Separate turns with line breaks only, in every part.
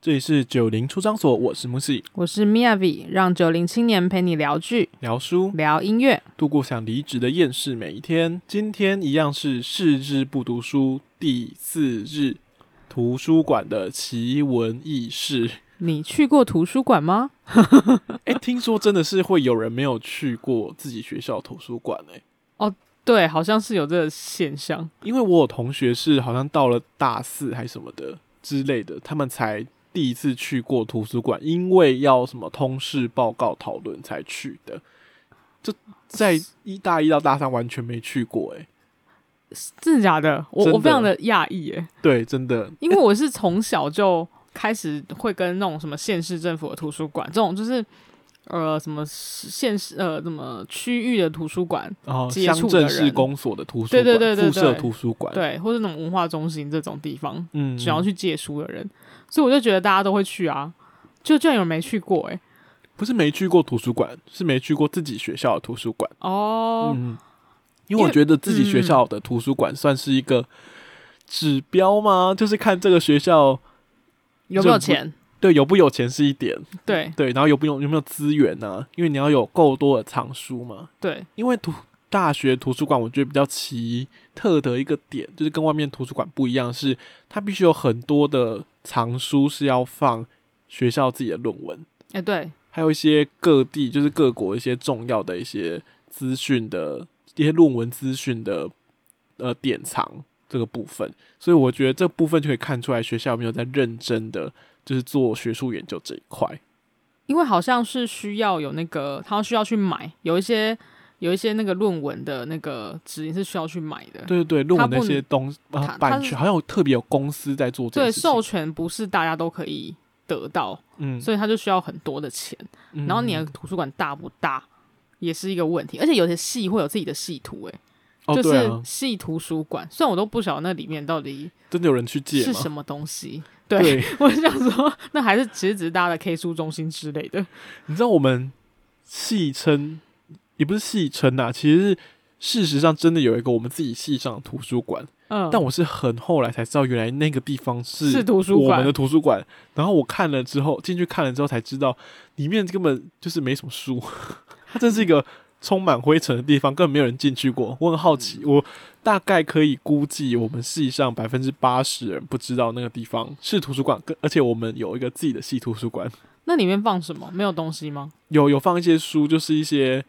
这里是九零出张所，我是 Musi，
我是 Miyavi，让九零青年陪你聊剧、
聊书，
聊音乐。
度过想离职的厌世每一天。今天一样是四日不读书第四日，图书馆的奇闻异事。
你去过图书馆吗？
哎、听说真的是会有人没有去过自己学校图书馆哎、
对，好像是有这个现象。
因为我有同学是好像到了大四还什么的之类的，他们才第一次去过图书馆，因为要什么通识报告讨论才去的。就在一大一到大三完全没去过、欸，
真的假的？我
真的
我非常的讶异耶，
对，真的，
因为我是从小就开始会跟那种什么县市政府的图书馆，这种就是呃什么县市呃什么区域的图书馆，
哦，
接
乡
触的
镇市
人
公所的图书
对
馆，
对对对
附设
对
图书馆，，
对，或者那种文化中心这种地方，
嗯，
想要去借书的人，所以我就觉得大家都会去啊。就居然有人没去过哎、
不是没去过图书馆，是没去过自己学校的图书馆，
哦、
嗯，因为
因
我
为
觉得自己学
嗯
校的图书馆算是一个指标吗？就是看这个学校
有没
这
有
不
钱？
对有不有钱是一点，
对
对，然后有不有有没有资源呢、因为你要有够多的藏书嘛。
对，
因为图大学图书馆，我觉得比较奇特的一个点，就是跟外面图书馆不一样是，它必须有很多的藏书是要放学校自己的论文，
哎、对，
还有一些各地就是各国一些重要的一些资讯的一些论文资讯的呃典藏这个部分，所以我觉得这部分就可以看出来学校有没有在认真的就是做学术研究这一块。
因为好像是需要有那个，他需要去买，有一些有一些那个论文的那个指引是需要去买的。
对对对，论
它
文那
嗯不
些东
它
啊
它
版
是
权好像有特别有公司在做这
对，
件事情
授，权不是大家都可以得到，
嗯，
所以他就需要很多的钱。
嗯
然后你的图书馆大不大也是一个问题，而且有些系会有自己的系图、欸，
哦
就
对
是
啊，
系图书馆。虽然我都不晓得那里面到底
真的有人去借
是
吗？
什么东西， 对，
对，
我想说那还是其实只是大家的 K 书中心之类的。
你知道我们戏称也不是戏称呐，其实是事实上真的有一个我们自己系上的图书馆，
嗯，
但我是很后来才知道，原来那个地方
是
是
图书
我
馆
们的图书馆。然后我看了之后，进去看了之后才知道，里面根本就是没什么书， 它真是一个充满灰尘的地方，根本没有人进去过。我很好奇，
嗯
我大概可以估计，我们系上百分之八十人不知道那个地方是图书馆，跟而且我们有一个自己的系图书馆，
那里面放什么？没有东西吗？
有有放一些书，就是一些。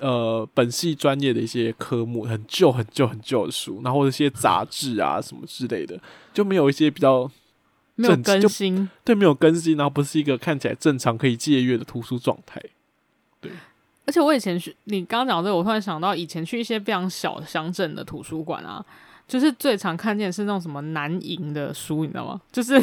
呃，本系专业的一些科目很旧、很旧、很旧的书，然后一些杂志啊什么之类的，就没有一些比较
没有
正
更
就
新，
对，没有更新，然后不是一个看起来正常可以借阅的图书状态。
而且我以前去，你刚刚讲这个，我突然想到以前去一些非常小的乡镇的图书馆啊，就是最常看见的是那种什么南营的书，你知道吗？就是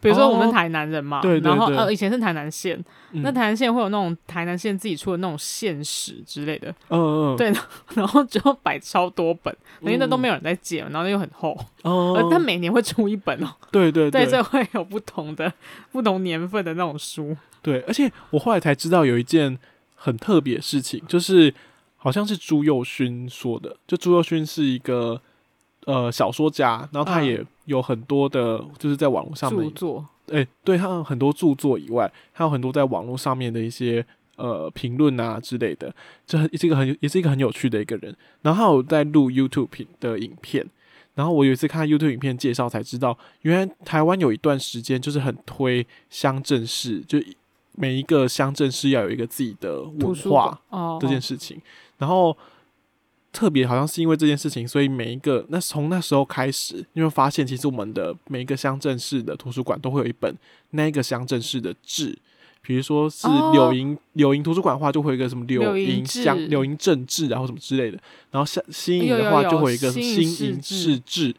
比如说我们
哦
台南人嘛，
对对
然后
对
呃以前是台南县，
嗯
那台南县会有那种台南县自己出的那种县史之类的，
嗯嗯，嗯
对然后就摆超多本，因为那都没
有，
有人在借，然后又很厚，
嗯
呃，
嗯
但每年会出一本哦，
对对
对，
对
这会有不同的不同年份的那种书，
对，而且我后来才知道有一件很特别的事情，就是好像是朱佑勋说的，就朱佑勋是一个呃小说家，然后他
嗯
也有很多的，就是在网络上
著
面，
作，
哎、对他有很多著作以外，还有很多在网络上面的一些。呃，评论啊之类的，这很是一个很也是一个很有趣的一个人。然后他有在录 YouTube 频的影片，然后我有一次看他 YouTube 影片介绍才知道，原来台湾有一段时间就是很推乡镇市，就每一个乡镇市要有一个自己的
图
文
书馆
化
哦，
这件
哦
事情。然后特别好像是因为这件事情，所以每一个那从那时候开始，你会发现其实我们的每一个乡镇市的图书馆都会有一本那一个乡镇市的志。比如说是
哦
柳营、柳营图书馆的话，就会有一个什么柳
柳营
营乡
志
柳营镇志，然后什么之类的。然后像新营
有
的
有
话，
有
就会有一个
新营
新
市
营
志
市志。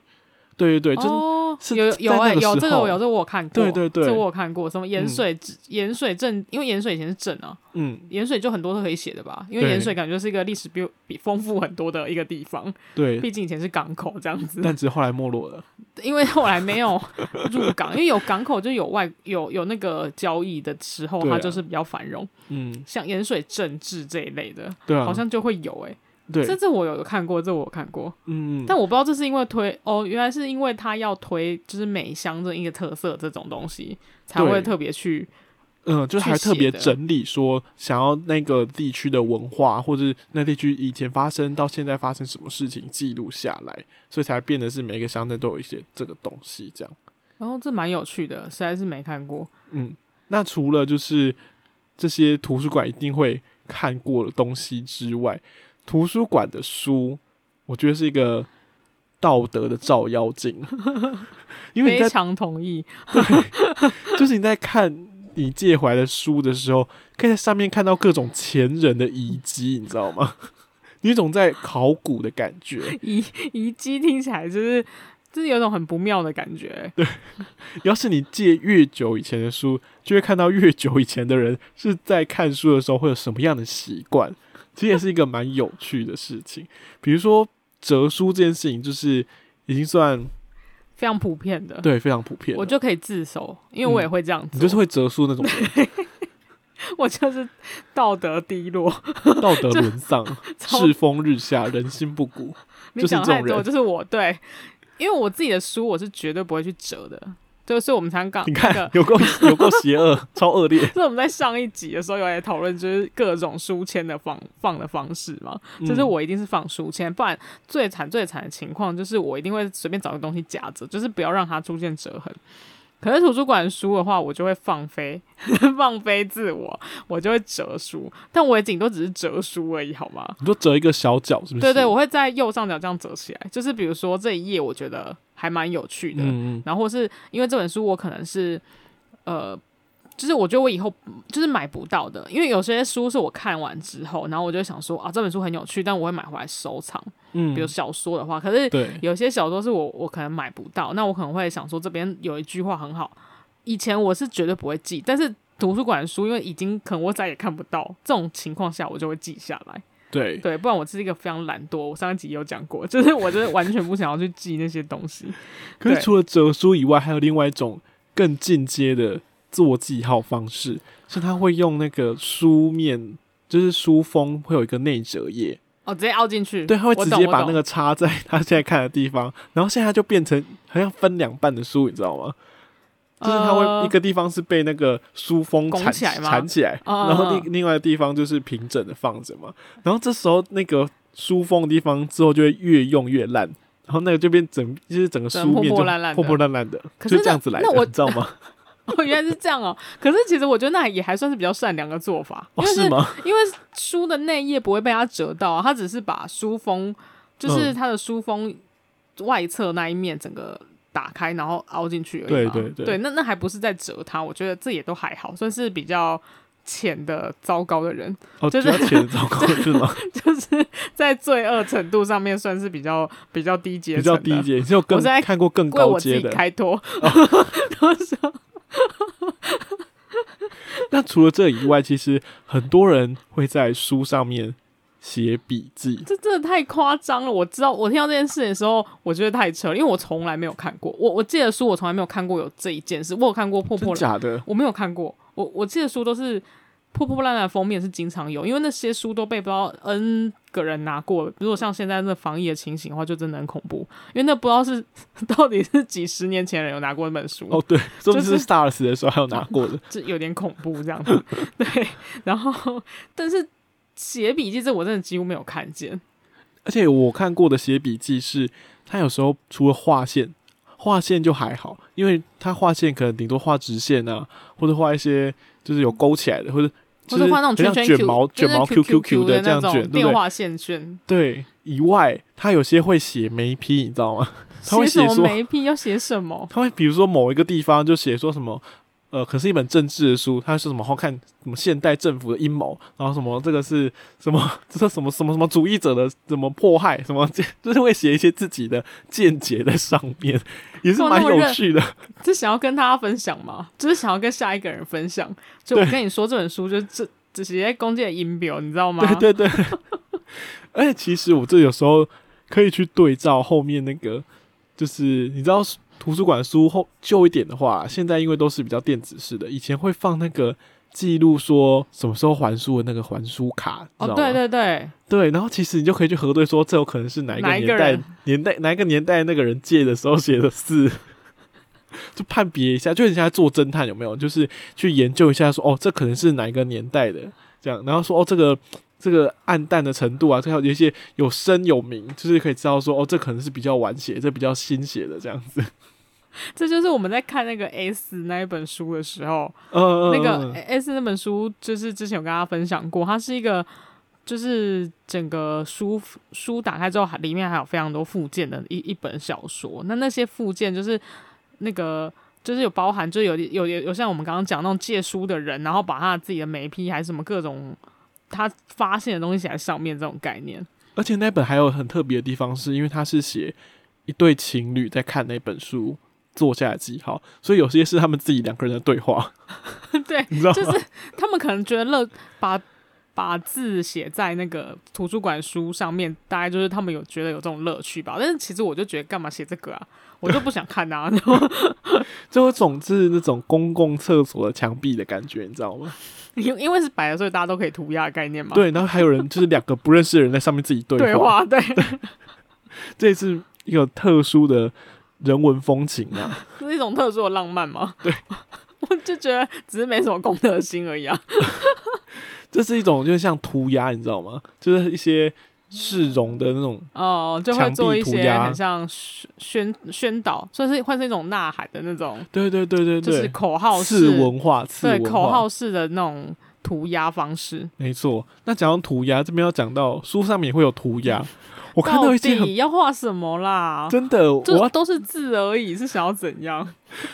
对对对，就是
哦，
是
有
在
有
那
哎、
个
有
时
这个
候
我有这个我有看过，
对对对
这我有看过，什么盐
嗯
水制盐、水镇，因为盐水以前是镇啊，
嗯，
盐水就很多都可以写的吧，因为
对
盐水感觉是一个历史比比丰富很多的一个地方，
对，
毕竟以前是港口这样子，
但只是后来没落了。
因为后来没有入港，因为有港口就有外有有那个交易的时候，
对啊
它就是比较繁荣，
嗯，
像盐水政治这一类的，
对啊，
好像就会有哎、
对，
这这我有有看过，这我有看过，
嗯，
但我不知道这是因为推哦，原来是因为他要推就是美香这一个特色这种东西，才
对
会特别去
嗯，就是
去
还特别
写的
整理说，想要那个地区的文化，或者是那地区以前发生到现在发生什么事情记录下来，所以才变得是每个乡镇都有一些这个东西这样。
然哦后这蛮有趣的，实在是没看过。
嗯，那除了就是这些图书馆一定会看过的东西之外，图书馆的书，我觉得是一个道德的照妖镜， 因为你
非
在
常同意，
就是你在看你借回来的书的时候，可以在上面看到各种前人的遗迹，你知道吗？ 有一种在考古的感觉，
遗遗迹听起来就是就是有一种很不妙的感觉。
要是你借越久以前的书，就会看到越久以前的人是在看书的时候会有什么样的习惯。其实也是一个蛮有趣的事情。比如说折书这件事情，就是已经算
非常普遍的，
对非常普遍了。
我就可以自首，因为我也会这样
你
子，
就是会折书那种
我就是道德低落。
道德沦丧、
超
世风日下、人心不古。
你
就是
讲
这种
太多，
人
就是我对，因为我自己的书我是绝对不会去折的，对，所以我们常刚
你
那
看
个，。
有够有够邪恶，超恶劣。
所以我们在上一集的时候有来讨论，就是各种书签的放放的方式嘛。就是
嗯
我一定是放书签，不然最惨最惨的情况就是我一定会随便找个东西夹着，就是不要让它出现折痕。可是图书馆书的话，我就会放飞， 放飞自我，我就会折书，但我也顶多只是折书而已，好吗？
你就折一个小角，是不是？
对对，我会在右上角这样折起来，就是比如说这一页，我觉得还蛮有趣的，
嗯嗯
然后是因为这本书我可能是呃，就是我觉得我以后就是买不到的，因为有些书是我看完之后，然后我就想说啊，这本书很有趣，但我会买回来收藏。
嗯，
比如小说的话，可是
对，
有些小说是我我可能买不到，那我可能会想说这边有一句话很好，以前我是绝对不会记，但是。图书馆的书，因为已经可能我再也看不到，这种情况下我就会记下来。
对
对，不然我是一个非常懒惰。我上一集有讲过，就是我就是完全不想要去记那些东西。
可是
对
除了折书以外，还有另外一种更进阶的做记号方式，是他会用那个书面，就是书封会有一个内折页，
哦，直接凹进去。
对，他会
我
直
懂
接
我
把
懂
那个插在他现在看的地方，然后现在就变成好像分两半的书，你知道吗？就是它会
呃
一个地方是被那个书封
拱
缠
起来吗
缠起来，
嗯嗯
然后
嗯
另另外的地方就是平整的放着嘛。然后这时候那个书封的地方之后就会越用越烂，然后那个就变整就是整个
整
书面就
破破烂烂的
破破烂烂的，
可
就是这样
那
子来
那
的，
我
你知道 吗？
哦，原来是这样哦。可是其实我觉得那也还算是比较善良的做法，
哦，
因为
是吗？
因为书的内页不会被它折到、啊，它只是把书封，就是
嗯
它的书封外侧那一面整个打开，然后凹进去而已
对
嘛
对对
那那还不是在折它，我觉得这也都还好，算是比较浅的糟糕的人，
哦，
就
比
是
较浅的糟 糕是吗？
就是在罪恶程度上面算是比较比较低阶，
比较低。阶，你是有
我
更
在
看过更
为
高
我自
阶
己
的。
开脱，
那除了这以外，其实很多人会在书上面写笔记，
这真的太夸张了！我知道，我听到这件事的时候，我觉得太扯了，因为我从来没有看过。我我借的书，我从来没有看过有这一件事。我有看过破
真
破烂，
假的？
我没有看过。我我借的书都是破破烂烂的封面是经常有，因为那些书都被不知道 N 个人拿过。如果像现在那防疫的情形的话，就真的很恐怖，因为那不知道是 到底是几十年前的人有拿过那本书，
哦，对，甚
就是
至 SARS 的时候还有拿过的。
这有点恐怖这样子。 对，然后但是写笔记这我真的几乎没有看见。
而且我看过的写笔记是，他有时候除了画线，画线就还好，因为他画线可能顶多画直线啊，或者画一些就是有勾起来的，或者
或
就
者
是
画那种圈
很
圈
像
Q，
卷毛
就
卷
是
毛 QQQ
的
这样
那
卷
种，
对
变
不对？
化线圈。
对，以外他有些会写眉批，你知道吗？他会
写什
写
么
说，
眉批要写什么？
他会比如说某一个地方就写说什么。呃，可是一本政治的书，他说什么好看什么现代政府的阴谋，然后什么这个是 什么这是什么什么什么主义者的什么迫害，什么这就是会写一些自己的见解在上面，也是
哇
蛮
那么
有
认
趣的。
是想要跟大家分享吗？就是想要跟下一个人分享。就我
对
跟你说，这本书就是这这些弓箭的音标，你知道吗？
对对对， 而且其实我这有时候可以去对照后面那个，就是你知道图书馆书后旧一点的话，现在因为都是比较电子式的，以前会放那个记录说什么时候还书的那个还书卡，你知道
哦，对
吗？
对对，
对，然后其实你就可以去核对说，这有可能是哪一个
哪一
年
个
代
人
年代哪一个年代那个人借的时候写的字，就判别一下，就你现在做侦探有没有？就是去研究一下说，哦，这可能是哪一个年代的这样，然后说哦，这个这个暗淡的程度啊，这还有一些有声有名，就是可以知道说，哦，这可能是比较晚写，这比较新写的这样子。
这就是我们在看那个 S 那一本书的时候，
呃，
那个 S 那本书，就是之前有跟大家分享过，它是一个就是整个书书打开之后，里面还有非常多附件的一一本小说。那那些附件就是那个。就是有包含，就是有有有有像我们刚刚讲那种借书的人，然后把他自己的眉批还是什么各种他发现的东西写在上面这种概念。
而且那本还有很特别的地方，是因为它是写一对情侣在看那本书做下的记号，所以有些是他们自己两个人的对话，
对，
你知道吗？
就是他们可能觉得乐把把字写在那个图书馆书上面，大概就是他们有觉得有这种乐趣吧。但是其实我就觉得干嘛写这 个啊，我就不想看啊。 然后
就有种是那种公共厕所的墙壁的感觉，你知道吗？
因因为是白的，所以大家都可以涂鸦的概念嘛。
对，然后还有人就是两个不认识的人在上面自己对
对
话，
话对，
这也是一个特殊的人文风情啊。
是一种特殊的浪漫嘛。
对。
我就觉得只是没什么公德心而已 啊，
这是一种就是像涂鸦，你知道吗？就是一些市容的那种，
哦，就会
墙壁
做一
涂
些
鸦
很像宣宣宣导，算是换成一种呐喊的那种，
对对对对
就是
对，
口号
次
式，
文化，次
对
文化，
口号式的那种涂鸦方式。
没错，那讲到涂鸦，这边要讲到书上面也会有涂 鸦。我看到
到
一些很
底要画什么啦？
真的，我
就
要
都是字而已，是想要怎 样？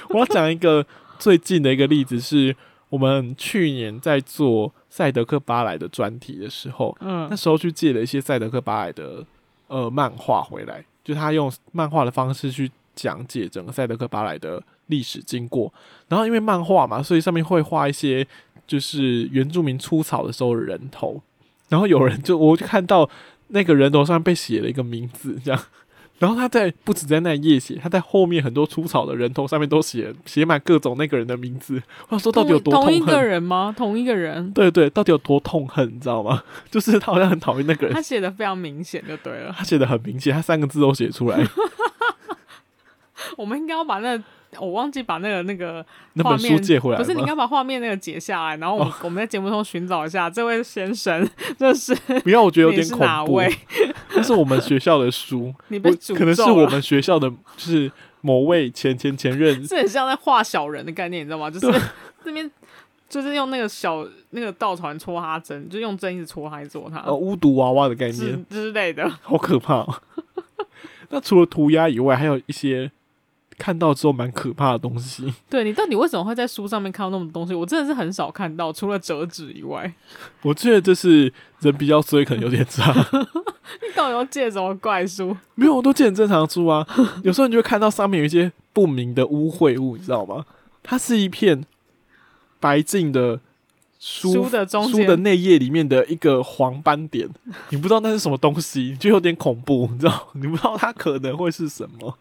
我要讲一个最近的一个例子是，我们去年在做赛德克巴莱的专题的时候，那
嗯
时候去借了一些赛德克巴莱的呃漫画回来，就他用漫画的方式去讲解整个赛德克巴莱的历史经过。然后因为漫画嘛，所以上面会画一些就是原住民出草的时候的人头。然后有人就我就看到那个人头上被写了一个名字，这样。 然后他在不止在那一页写，他在后面很多出草的人头上面都写写满各种那个人的名字。我想说到底有多
同
痛
同一
恨？
个人吗？同一个人，
对对，到底有多痛恨，你知道吗？ 就是他好像很讨厌那个人
他，写的非常明显就对了。
他写的很明显，他三个字都写出来。
我们应该要把那我忘记把那个那个
那
画
本
面
书借回来
不是你应
吗？哦
该把画面那个截下来，然后我们、我们在节目中寻找一下这位先生，这是
不要，我觉得有
你
点
是
恐
哪
怖
位。？
那是我们学校的书，
你被
我
诅咒
可能是
了。
我们学校的，就是某位前前前任
这很像在画小人的概念，你知道吗？ 就是那边就是用那个小那个稻草人戳他针，就用针一直戳他，一直戳他。
呃，巫毒娃娃的概
之
念，
之类的，
好可怕、哦。 那除了涂鸦以外，还有一些看到之后蛮可怕的东西。
对你到底为什么会在书上面看到那么多东西？我真的是很少看到，除了折纸以外，
我觉得这是人比较衰，可能有点差。
你到底要借什么怪书？
没有，我都见很正常出啊。 有时候你就会看到上面有一些不明的污秽物，你知道吗？它是一片白净的书
书的中
书的
间，
内页里面的一个黄斑点，你不知道那是什么东西，就有点恐怖，你知道？ 你不知道它可能会是什么。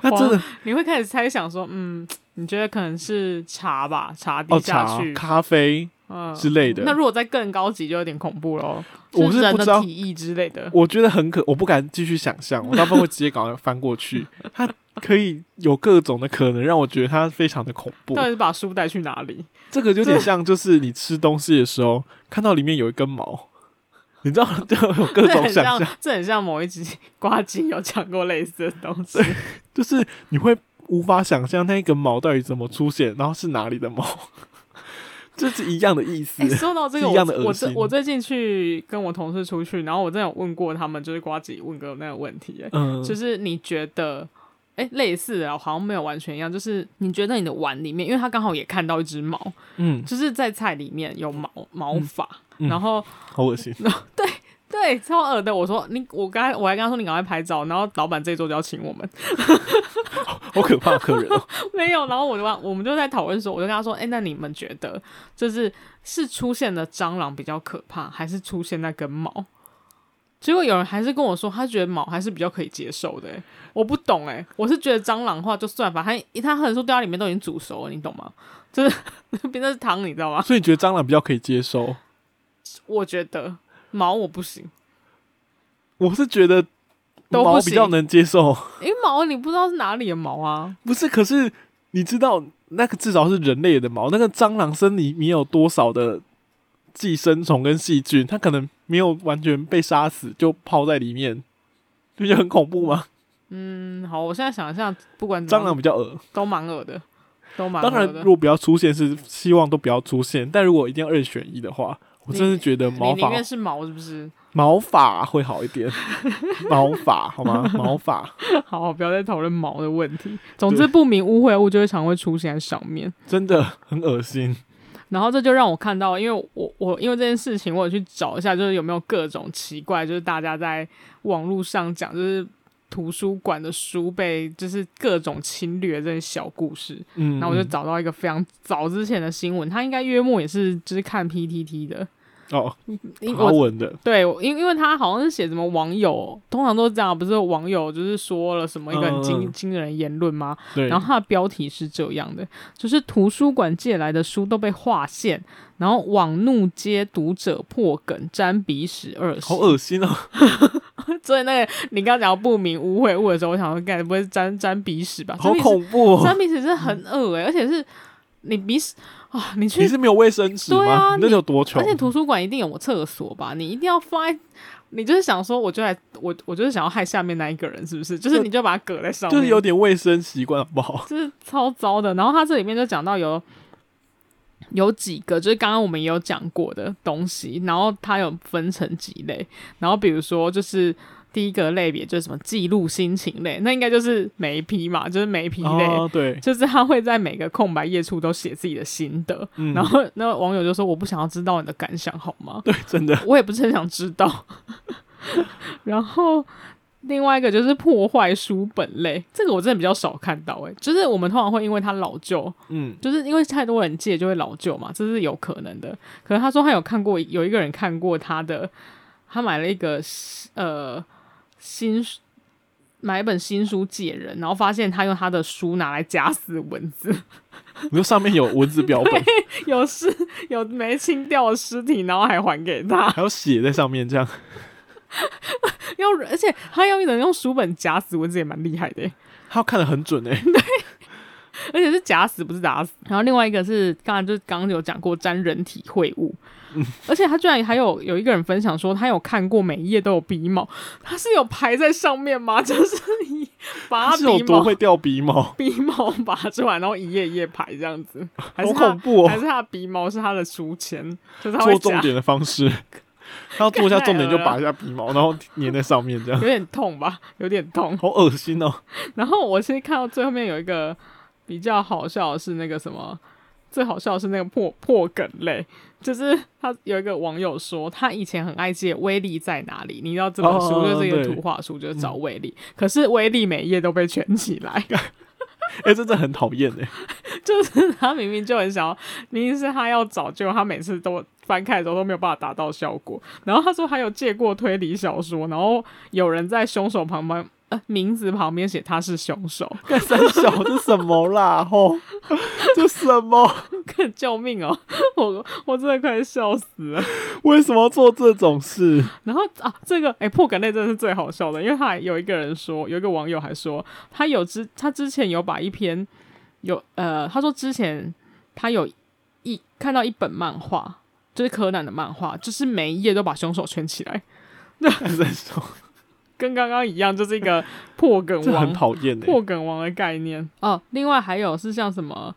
它真的
你会开始猜想说，嗯，你觉得可能是茶吧，茶滴
哦，
下
茶
去，、
咖啡
嗯
之类的，
那如果再更高级，就有点恐怖喽。
我
是
是
人
不
的
知道
体液之类的，
我觉得很可，我不敢继续想象，我大部分会直接赶快翻过去。它可以有各种的可能，让我觉得它非常的恐怖
到。底是把书带去哪里？
这个有点像，就是你吃东西的时候看到里面有一根毛， 你知道，就有各
这
种
很
想象
像。，这很像某一集 瓜吉有讲过类似的东西。
就是你会无法想象那一根毛到底怎么出现，然后是哪里的毛， 这是一样的意思
哎、。说到这个，
是一样的
我
恶
我
心
最我最近去跟我同事出去，然后我真的有问过他们，就是瓜吉问过那个问题、哎、
嗯，
就是你觉得，哎、类似的啊，好像没有完全一样，就是你觉得你的碗里面，因为他刚好也看到一只毛，
嗯，
就是在菜里面有毛毛发，
嗯
然后
好恶心。
对，超恶的。我说你，我刚才我还跟他说你赶快拍照，然后老板这一周就要请我们，
好可怕的客人、哦。
没有。然后我就我们就在讨论说，我就跟他说，哎、那你们觉得就是是出现的蟑螂比较可怕，还是出现那根毛？结果有人还是跟我说，他觉得毛还是比较可以接受的、欸。我不懂哎、我是觉得蟑螂的话就算吧，它它很多掉到里面都已经煮熟了，你懂吗？ 就是变成是汤，你知道吗？
所以你觉得蟑螂比较可以接受？
我觉得毛我不行，
我是觉得
都不
毛比
行
较能接受，
因为毛你不知道是哪里的毛啊。
不是？可是你知道那个至少是人类的毛，那个蟑螂身里面有多少的寄生虫跟细菌？它可能没有完全被杀死，就泡在里面，不觉得很恐怖吗？
嗯，好，我现在想一下，不管怎
蟑
么
螂比较恶，
都蛮恶的，都嗯蛮恶
当然
的
如。果不要出现是希望都不要出现，但如果一定要二选一的话，我真的觉得毛
你宁
发
愿是毛是不是？
毛发会好一 点，毛发好吗？毛发。
好，不要再讨论毛的问题。总之，不明污秽物就会常会出现在上面。
真的很恶心。
然后这就让我看到，因为我我因为这件事情，我有去找一下，就是有没有各种奇怪，就是大家在网络上讲，就是图书馆的书被就是各种侵略这些小故事。
嗯，
然后我就找到一个非常早之前的新闻，他应该约莫也是就是看 PTT 的，
哦，
嗯因
爬
我
文的，
对，我因因为他好像是写什么网友，通常都是这样，不是网友就是说了什么一个很
嗯嗯
惊
嗯
惊人的言论吗？
对，
然后它的标题是这样的：就是图书馆借来的书都被划线，然后网怒揭读者破梗，沾鼻屎二十
好。恶心哦，
啊所以那个你刚刚讲到不明污秽物的时候，我想说，该不会是沾沾鼻屎吧？
好恐怖
沾
哦！
鼻屎！沾鼻屎是很恶诶、欸而且是你鼻屎啊，你
你
去，
是没有卫生纸
对啊
吗？你那
你
有多穷
而？且图书馆一定有厕所吧？你一定要放在。你就是想说，我就来，我我就是想要害下面那一个人，是不是？就是
就
你就把它搁在上面，
就是有点卫生习惯好不好？
就是超糟的。然后它这里面就讲到有有几个，就是刚刚我们也有讲过的东西，然后它有分成几类，然后比如说就是。第一个类别就是什么记录心情类，那应该就是每一批嘛，就是 每一批类，
哦， 对，
就是他会在每个空白页处都写自己的心得，
嗯，
然后那网友就说我不想要知道你的感想好吗？
对，真 的，
我也不是很想知道。 然后另外一个就是破坏书本类，这个我真的比较少看到、欸。就是我们通常会因为它老旧，
嗯，
就是因为太多人借就会老旧嘛，这是有可能的。可能他说他有看过，有一个人看过他的，他买了一个呃新书买一本新书借人，然后发现他用他的书拿来夹死蚊子，
你 说上面有文字标本，
有尸有没清掉的尸体，然后还还给他。
还有血在上面，这样
要，而且他要能用书本夹死蚊子也蛮厉害的耶，
他看得很准 哎，
而且是夹死不是打死。然后另外一个是刚才就是刚刚有讲过沾人体秽物，
嗯
而且他居然还有有一个人分享说他有看过每一页都有鼻毛，他是有排在上面吗？ 就是你把
他
他
是有
鼻
多
毛
会掉鼻毛，
鼻毛拔出来，然后一页一页排这样子， 还
好
是
恐
他。
怖
还
哦！
是他的鼻毛是他的书签，就是他会
做重
夹，
点的方 式，他要做一下
太
重点就
恶了
拔一下鼻毛，然后粘在上面，这 样
有点痛吧，有点痛。
好恶心哦！
然后我其实看到最后面有一个比较好笑的是那个什么，最好笑的是那个破破梗类，就是他有一个网友说他以前很爱借《威力在哪里》，你知道这本书
哦
就是一个
对嗯
图画书，就是找威力，可是威力每一页都被圈起 来，
哎，真的很讨厌 哎。
就是他明明就很想要，明明是他要找，结果他每次都。翻开的时候都没有办法达到效果。然后他说还有借过推理小说，然后有人在凶手旁边呃名字旁边写他是凶手，
干三小这什么啦？吼，这什么？
看 救命哦！我我真的快笑死了。
为什么要做这种事？
然后啊，这个哎、破梗类真的是最好笑的，因为他还有一个人说，有一个网友还说，他有之他之前有把一篇有呃，他说之前他有一看到一本漫画，就是柯南的漫画，就是每一页都把凶手圈起来，
干三小，
跟刚刚一样，就是一个破 梗
这
王
很讨厌哎。
破梗王的概念哦。另外还有是像什么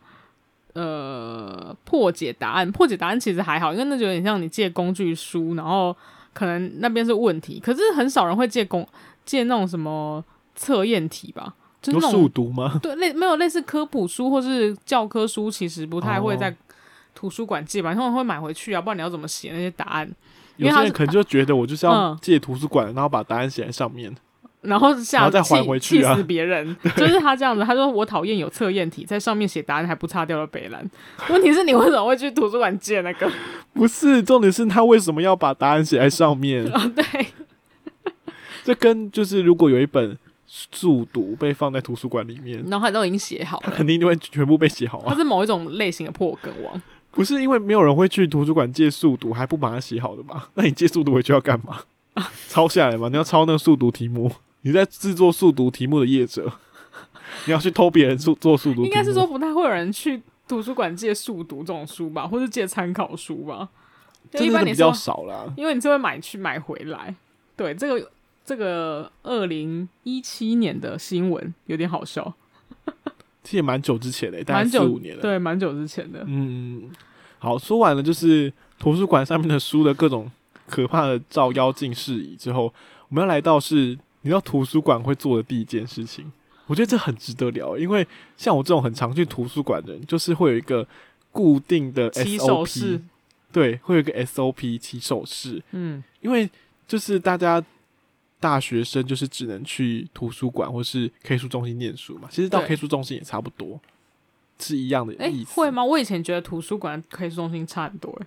呃破解答案，破解答案其实还好，因为那就有点像你借工具书，然后可能那边是问题，可是很少人会借工借那种什么测验题吧，就是
有
那
数
种
独吗？
对类没有类似科普书或是教科书，其实不太会
哦
在图书馆借吧，通常会买回去啊，不然你要怎么写那些答案？
有
因为
些
他
人
是
可能就觉得我就是要
嗯
借图书馆，然后把答案写在上面。
然后
然
下
后再
气
还回去啊
气死 别人，就是他这样子。他说我讨厌有测验题，在上面写答案还不擦掉了北 兰。问题是你为什么会去图书馆借那个？ 哦
不是，重点是他为什么要把答案写在上面？
啊，对，
这跟就是如果有一本速读被放在图书馆里面，
然后他都已经写好
它
了，
肯定就会全部被写好
他
啊。
是某一种类型的破梗 王。
不是因为没有人会去图书馆借速读，还不把它写好的吗？那你借速读回去要干 嘛？抄下来嘛，你要抄那个速读题目，你在制作速读题目的业者，你要去偷别人速做速读题目。
应该是说不太会有人去图书馆借速读这种书吧，或是借参考书吧。就
真
一
的
般
是
你
比
是
较
会
少啦。
因为你是会买去买回来。对，这个这个二零一七年的新闻有点好笑，
其实也蛮久之前嘞、大概
蛮
四
久
五年了。
对，蛮久之前 的。
嗯，好，说完了就是图书馆上面的书的各种可怕的照妖镜事宜之后，我们要来到是你知道图书馆会做的第一件事情，我觉得这很值得聊，因为像我这种很常去图书馆的人，就是会有一个固定的
起手
SOP，
式，
对，会有一个 SOP 起手式，
嗯，
因为就是大家。大学生就是只能去图书馆或是 K 书中心念书嘛，其实到
对
K 书中心也差不多，是一样的
哎、
意思。
会？吗？我以前觉得图书馆可以中心差很多、哎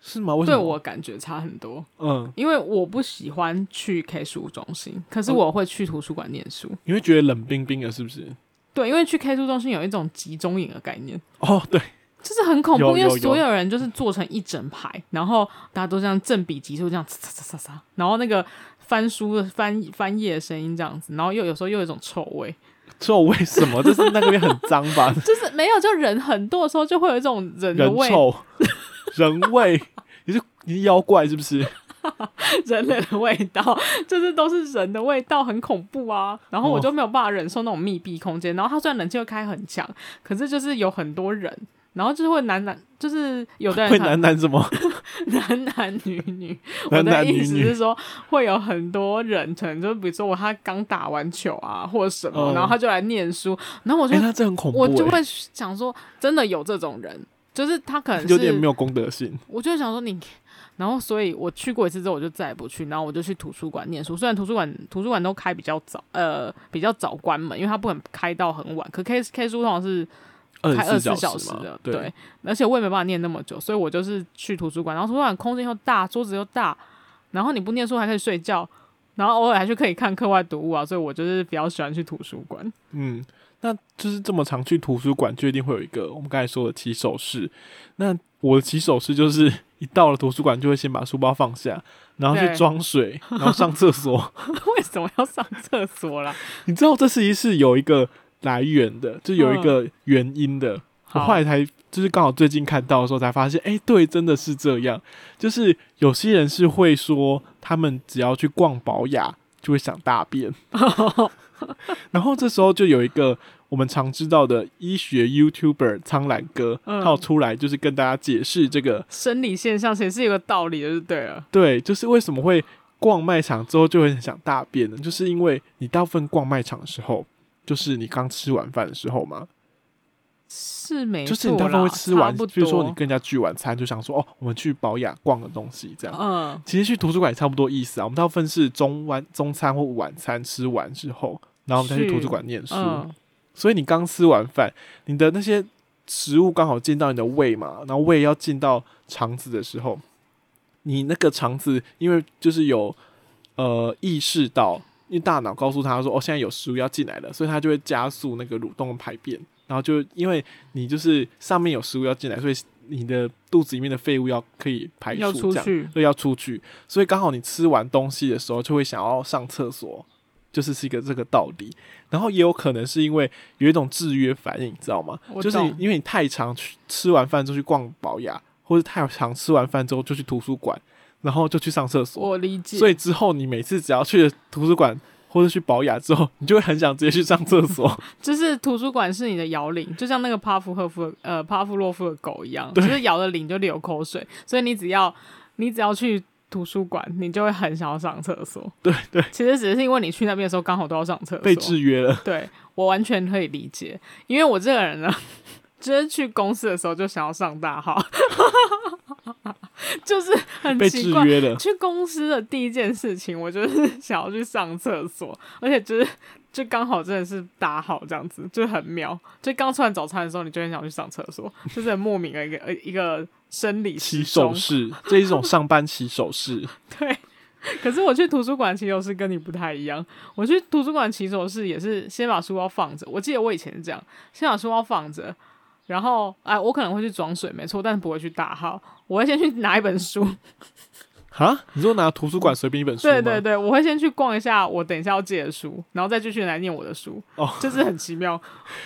是吗？为什
对
么？
我感觉差很多，
嗯，
因为我不喜欢去 K 书中心，可是
哦
我会去图书馆念书。
你会觉得冷冰冰的，是不是？
对，因为去 K 书中心有一种集中营的概念，
哦，对，
就是很恐怖，
有
因
有
为所有人就是坐成一整排，然后大家都这样正比级数这样嚓嚓嚓嚓嚓，然后那个翻书的翻翻页的声音这样子，然后又有时候又有一种臭 味，，
臭为什么？就是那个边很脏吧
就是没有就人很多的时候就会有一种 人的
人
味，
臭， 人味，你是你是妖怪是不是？
人类的味道，就是都是人的味道，很恐怖啊。然后我
哦
就没有办法忍受那种密闭空间。然后它虽然冷气会开很强，可是就是有很多人，然后就是会男男，就是有的人
会
他
男男什么？
男男女 女，
男男
我的
女
意思
女
是说，会有很多人，可能就比如说我他刚打完球啊，或者什么，
嗯
然后他就来念书，然后我就、
哎、那这很恐怖、
我
欸，
就会想说，真的有这种人，就是他可能是
有点没有公德心。
我就想说你，然后所以我去过一次之后，我就再也不去，然后我就去图书馆念书。虽然图书馆图书馆都开比较早，呃，比较早关门，因为它不肯开到很晚。可 K K 书通常是
二
开二
十
十四小
时
时
嘛
的，
对，
对。而且我也没办法念那么久，所以我就是去图书馆，然后图书馆空间又大，桌子又大，然后你不念书还可以睡觉，然后偶尔还是可以看课外读物啊，所以我就是比较喜欢去图书馆。
嗯，那就是这么常去图书馆，就一定会有一个我们刚才说的起手式。那我的起手式就是一到了图书馆，就会先把书包放下，然后去
对
装水，然后上厕所。
为什么要上厕所啦？
你知道这事情是有一个来源的，就有一个原因的。我
嗯好
后来才就是刚好最近看到的时候才发现，哎、对，真的是这样。就是有些人是会说，他们只要去逛保雅就会想大便，然后这时候就有一个我们常知道的医学 YouTuber 苍兰哥，
嗯
他有出来就是跟大家解释这个，
生理现象其实是有个道理的，就对了。
对，就是为什么会逛卖场之后就会很想大便呢？就是因为你大部分逛卖场的时候，就是你刚吃完饭的时候嘛，
是没
就
错
是你大部分会吃完，
不
比如说你跟人家聚完餐，就想说哦，我们去保雅逛个东西这样。
嗯，
其实去图书馆也差不多意思啊，我们大部分是中晚中餐或晚餐吃完之后，然后我们再去
是
图书馆念书。
嗯，
所以你刚吃完饭，你的那些食物刚好进到你的胃嘛，然后胃要进到肠子的时候，你那个肠子因为就是有呃意识到，因为大脑告诉他说哦现在有食物要进来了，所以它就会加速那个蠕动的排便，然后就因为你就是上面有食物要进来，所以你的肚子里面的废物要可以排
要
出
出
这样。
去，
对，要出去，所以刚好你吃完东西的时候就会想要上厕所，就是是一个这个道理。然后也有可能是因为有一种制约反应，你知道吗
我？
就是你
懂
因为你太常去吃完饭之后去逛保雅，或者太常吃完饭之后就去图书馆，然后就去上厕所，
我理解。
所以之后你每次只要去图书馆或者去保雅之后，你就会很想直接去上厕所。
就是图书馆是你的摇铃，就像那个帕夫赫夫呃帕夫洛夫的狗一样，就
对
是摇了铃就流口水，所以你只要你只要去图书馆，你就会很想要上厕所。
对对，
其实只是因为你去那边的时候刚好都要上厕所，
被制约了。
对我完全可以理解，因为我这个人呢，就是去公司的时候就想要上大号， 就是很
被
奇
制
怪。
约了，
去公司的第一件事情，我就是 想要去上厕所，而且就是就刚好真的是打好这样子，就很妙。就刚吃完早餐的时候，你就很想去上厕所，就是很莫名的一个呃一个生理
起
时
手
钟。
式，这一种上班起手式。
对，可是我去图书馆骑手是跟你不太一样，我去图书馆骑手是也是先把书包放着。我记得我以前是这样，先把书包放着，然后哎，我可能会去装水，没错，但是不会去大号，我会先去拿一本书。
哈，你说拿图书馆随便一本书吗？
对对对，我会先去逛一下我等一下要借的书，然后再继续来念我的书。
哦
就是很奇妙，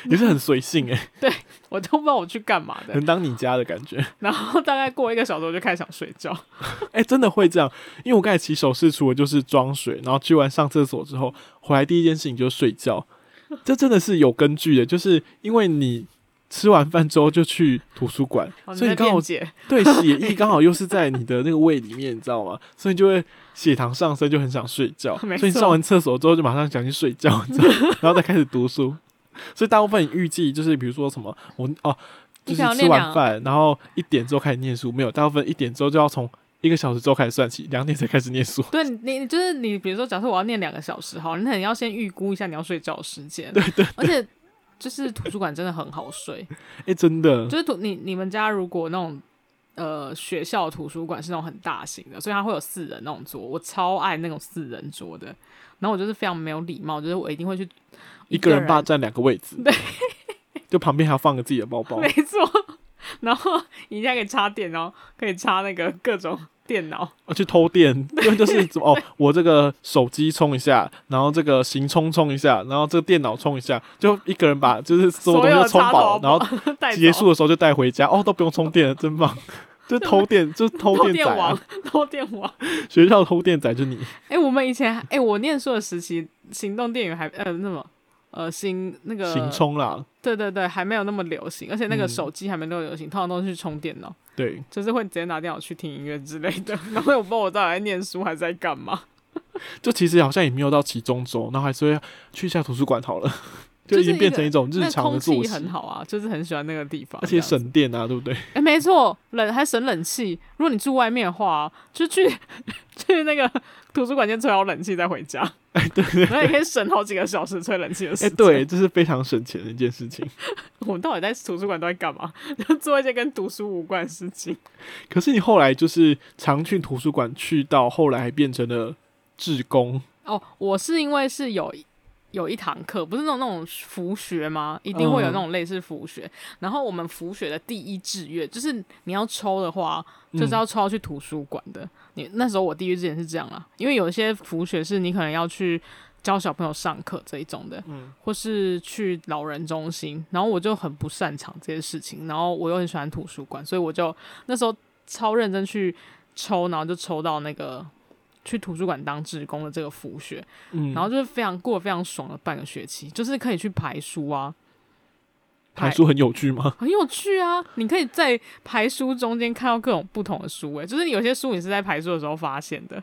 也是很随性诶、
我都不知道我去干嘛的。
能当你家的感觉。
然后大概过一个小时，我就开始想睡觉。
哎、真的会这样，因为我刚才骑手势除了就是装水，然后去完上厕所之后，回来第一件事情就是睡觉。这真的是有根据的，就是因为你吃完饭之后就去图书馆，
哦
所以你
你在
刚好
辩解，
对血液刚好又是在你的那个胃里面，你知道吗？所以你就会血糖上升，就很想睡觉。所
没
以你
错
上完厕所之后就马上想去睡觉，你知道吗，然后再开始读书。所以大部分你预计就是比如说什么我哦，就
你
是
想要
吃
练
完
两
饭，然后一点之后开始念书，没有，大部分一点之后就要从一个小时之后开始算起，两点才开始念书。
对你，你就是你，比如说，假设我要念两个小时，好，你可能要先预估一下你要睡觉的时间。对对而且就是图书馆真的很好 睡，
哎、真的，
就是图你你们家如果那种呃学校图书馆是那种很大型的，所以它会有四人那种桌，我超爱那种四人桌的。然后我就是非常没有礼貌，就是我一定会去
一个人霸
把
占两个位置，
对，
就旁边还要放个自己的包包
没。错， 然后你现在可以插电，然后可以插那个各种电脑，
啊，去偷电，因为就是怎么哦，我这个手机充一下，然后这个行充充一下，然后这个电脑充一下，就一个人把就是所有
所
东西
有
都充
插
饱，
头
然后
带
结
走
束的时候就带回家，哦，都不用充电了，真 棒！就偷电，就偷
偷
电仔、
电王
啊，，
偷电王。
学校偷电仔就你，
哎、我们以前哎、我念书的时期，行动电源还呃那么呃行那个
行，充啦，
对对对，还没有那么流行，而且那
嗯
个手机还没那么流行，通常都是去充电脑，
对，
就是会直接拿电脑去听音乐之类的。 然后我不知道我到底在念书还是在干嘛，
就其实好像也没有到期中周，然后还是会去一下图书馆好了，就
就
已
是
经
一
变
个
成一种日
那
常的
空
作
气
息，
很好啊，就是很喜欢那个地方，
而且
这样
省电啊，对不对？
哎、没错，冷还省冷气。如果你住外面的话，就去去那个图书馆先吹好冷气再回家。哎对然后也可以省好几个小时吹冷气的时
哎、
间。
对，，这是非常省钱的一件事情。
我们到底在图书馆都在干嘛？就做一些跟读书无关的事情。
可是你后来就是常去图书馆，去到后来还变成了志工，
哦，我是因为是有有一堂课，不是那种那种辅学吗？一定会有那种类似辅学。然后我们辅学的第一志愿就是你要抽的话，嗯
嗯
就是要抽去图书馆的。你那时候我第一志愿是这样啦，因为有一些辅学是你可能要去教小朋友上课这一种的，
嗯
或是去老人中心。然后我就很不擅长这些事情，然后我又很喜欢图书馆，所以我就那时候超认真去抽，然后就抽到那个。去图书馆当志工的这个辅学，
嗯，
然后就是非常过得非常爽的半个学期，就是可以去排书啊，
排书很有趣吗？
很有趣啊！你可以在排书中间看到各种不同的书、欸，诶，就是你有些书你是在排书的时候发现的，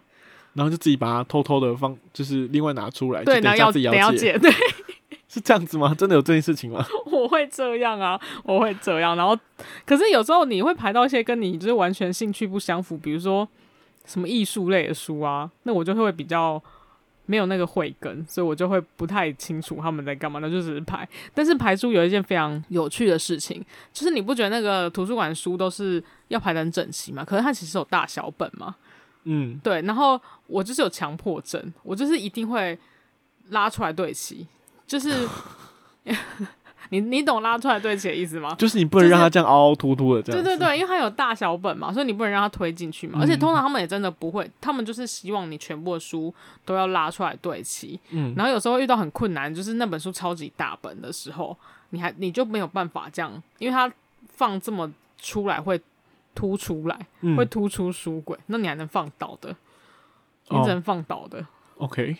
然后就自己把它偷偷的放，就是另外拿出来，
对，
就等
然
一下
后要
自己
等要
借，
解，对，
是这样子吗？真的有这件事情吗？
我会这样啊，我会这样，然后可是有时候你会排到一些跟你就是完全兴趣不相符，比如说什么艺术类的书啊，那我就会比较。没有那个慧根，所以我就会不太清楚他们在干嘛，那就只是排。但是排书有一件非常有趣的事情，就是你不觉得那个图书馆书都是要排的很整齐嘛？可是它其实有大小本嘛，
嗯，
对。然后我就是有强迫症，我就是一定会拉出来对齐，就是 你你懂拉出来对齐的意思吗？
就是你不能让它这样凹凹凸凸的这样
对
子，嗯
对对，因为它有大小本嘛，所以你不能让它推进去嘛。而且通常他们也真的不会，他们就是希望你全部的书都要拉出来对齐。
嗯
然后有时候遇到很困难，就是那本书超级大本的时候，你还你就没有办法这样，因为它放这么出来会凸出来，
嗯
会突出书柜，那你还能放倒的，你只
哦
能放倒的。
，OK，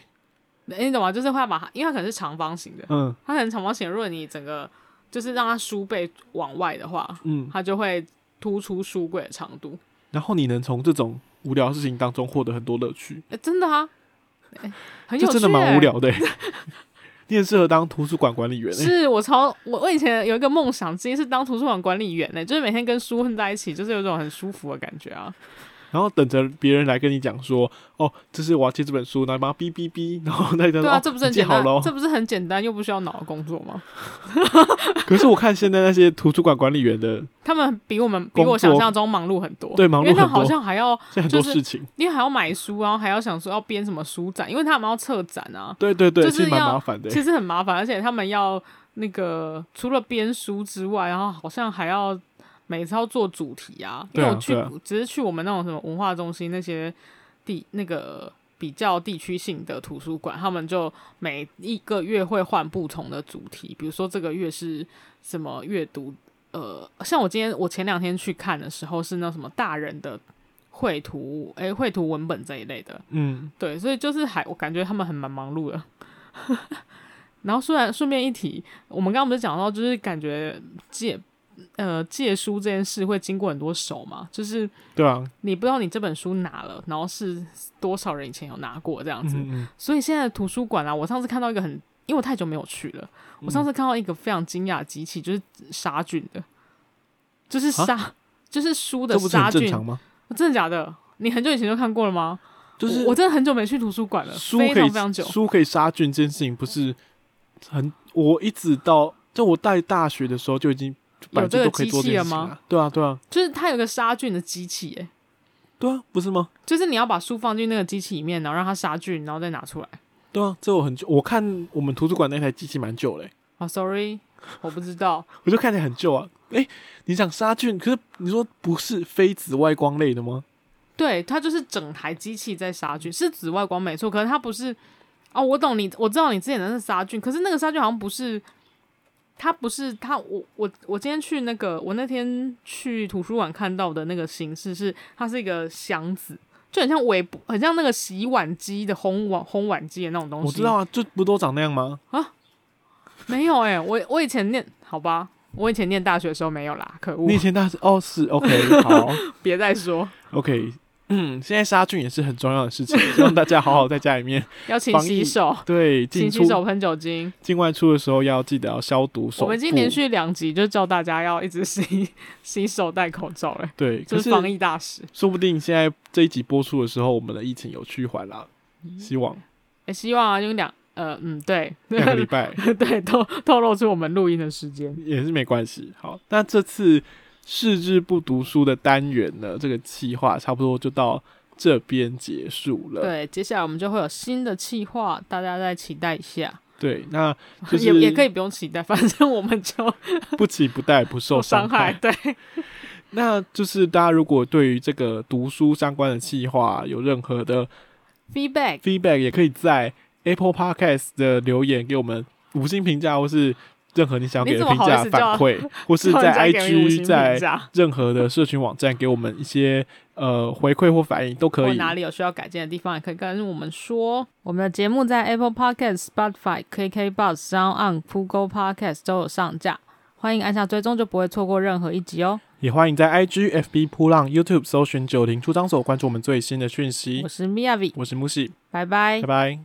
诶你懂吗？就是会把它，因为它可能是长方形的，
嗯
它可能长方形。如果你整个就是让它书背往外的话，
嗯，
它就会突出书柜的长度。
然后你能从这种无聊的事情当中获得很多乐趣，
哎、真的啊，诶很有
这
趣、欸，
真的蛮无。聊的欸、 你很适合当图书馆管理员、欸，
是我超我我以前有一个梦想之一是当图书馆管理员呢、就是每天跟书混在一起，就是有一种很舒服的感觉啊。
然后等着别人来跟你讲说，哦，这是我要借这本书，来帮哔哔哔，然后那个
对啊，这不是很
借
简
哦好
单
喽，。
这不是很简单又不需要脑的工作吗？
可是我看现在那些图书馆管理员的，
他们比我们比
工
我想
作
象中忙碌很多，
对忙碌
因为他
很多
好像还要
现在很多
就是
事情，
因为还要买书，然后还要想说要编什么书展，因为他们要策展啊，
对对对，
就
其
是
实蛮
要
麻烦的。
其实很麻烦，而且他们要那个除了编书之外，然后好像还要每次要做主题啊，因
对啊
为我去、
对啊
只是去我们那种什么文化中心那些地那个。比较地区性的图书馆，他们就每一个月会换不同的主题，比如说这个月是什么阅读，呃，像我今天我前两天去看的时候是那什么大人的绘图，诶、绘图文本这一类的，
嗯，
对，所以就是还我感觉他们很蛮忙碌的。 然后虽然顺便一提，我们刚刚不是讲到，就是感觉借呃借书这件事会经过很多手嘛，就是
对啊，
你不知道你这本书拿了，然后是多少人以前有拿过这样
嗯
子。
嗯嗯，
所以现在的图书馆啊，我上次看到一个很，因为我太久没有去了，
嗯
我上次看到一个非常惊讶的机器，就是杀菌的，就是
啊
杀，就是书的
这不是很
杀
正
菌，
常吗？
真的假的？你很久以前就看过了吗？
就是
我我真的很久没去图书馆了，
书
非
可
常
以
非常久。
书可以杀菌这件事情不是很，我一直到就我在大学的时候就已经就
有
本来
这
就
个
都可以
机
做这
器
件
了
事情
吗
啊。对啊，对啊，
就是它有个杀菌的机器、欸，
对啊，不是吗？
就是你要把书放进那个机器里面，然后让它杀菌，然后再拿出来。
对啊，这我很久，我看我们图书馆那台机器蛮久嘞、
哦、s o r r y 我不知道。
我就看起来很旧啊。哎、你想杀菌，可是你说不是非紫外光类的吗？
对，它就是整台机器在杀菌，是紫外光没错，可是它不是。哦，我懂你，我知道你之前的是杀菌，可是那个杀菌好像不是，它不是它，我我我今天去那个，我那天去图书馆看到的那个形式是，它是一个箱子，就很像微波，很像那个洗碗机的烘碗烘碗机的那种东西。
我知道啊，就不都长那样吗？
没有哎、我我以前念好吧，我以前念大学的时候没有啦，可恶
你以！前大学哦 是 OK 好
别 再说，
OK，嗯，现在杀菌也是很重要的 事情，希望大家好好在家里面
要勤
防
洗
疫
手，
对进
勤
出
洗手，喷酒精。
境外出的时候要记得要消毒手部。
我们已经连续两集就叫大家要一直洗洗手、戴口罩 了，
对，可
这是
是
防疫大使。
说不定现在这一集播出的时候，我们的疫情有趋缓啦，希 望
也嗯希望啊，因为两呃嗯 对
两个礼拜
对透透露出我们录音的时间。
也是没关系。好，那这次视之不读书的单元呢，这个计划差不多就到这边结束了。
对，接下来我们就会有新的企划，大家再期待一下，
对，那就是
也也可以不用期待，反正我们就
不期不待，不 受
受伤
伤
害。对，
那就是大家如果对于这个读书相关的计划有任何的
feedback
feedback，也可以在 Apple Podcast 的留言给我们五星评价，或是任何你想要给
你
的
怎么
评
好
价
意思
反
叫
馈，或是
叫人
在
家给你五星
IG
评
在
价
任何的社群网站给我们一些呃回馈或反应都可
或
以。
哪里有需要改进的地方，也可以跟我们说。我们的节目在 Apple Podcast、Spotify、KK Bus、Sound On、Google Podcast 都有上架，欢迎按下追踪，就不会错过任何一集哦。
也欢迎在 IG、FB、扑浪、YouTube 搜寻“九零出张所”，关注我们最新的讯息
我。是 Miyavi，
我是木西，
拜拜
拜。拜。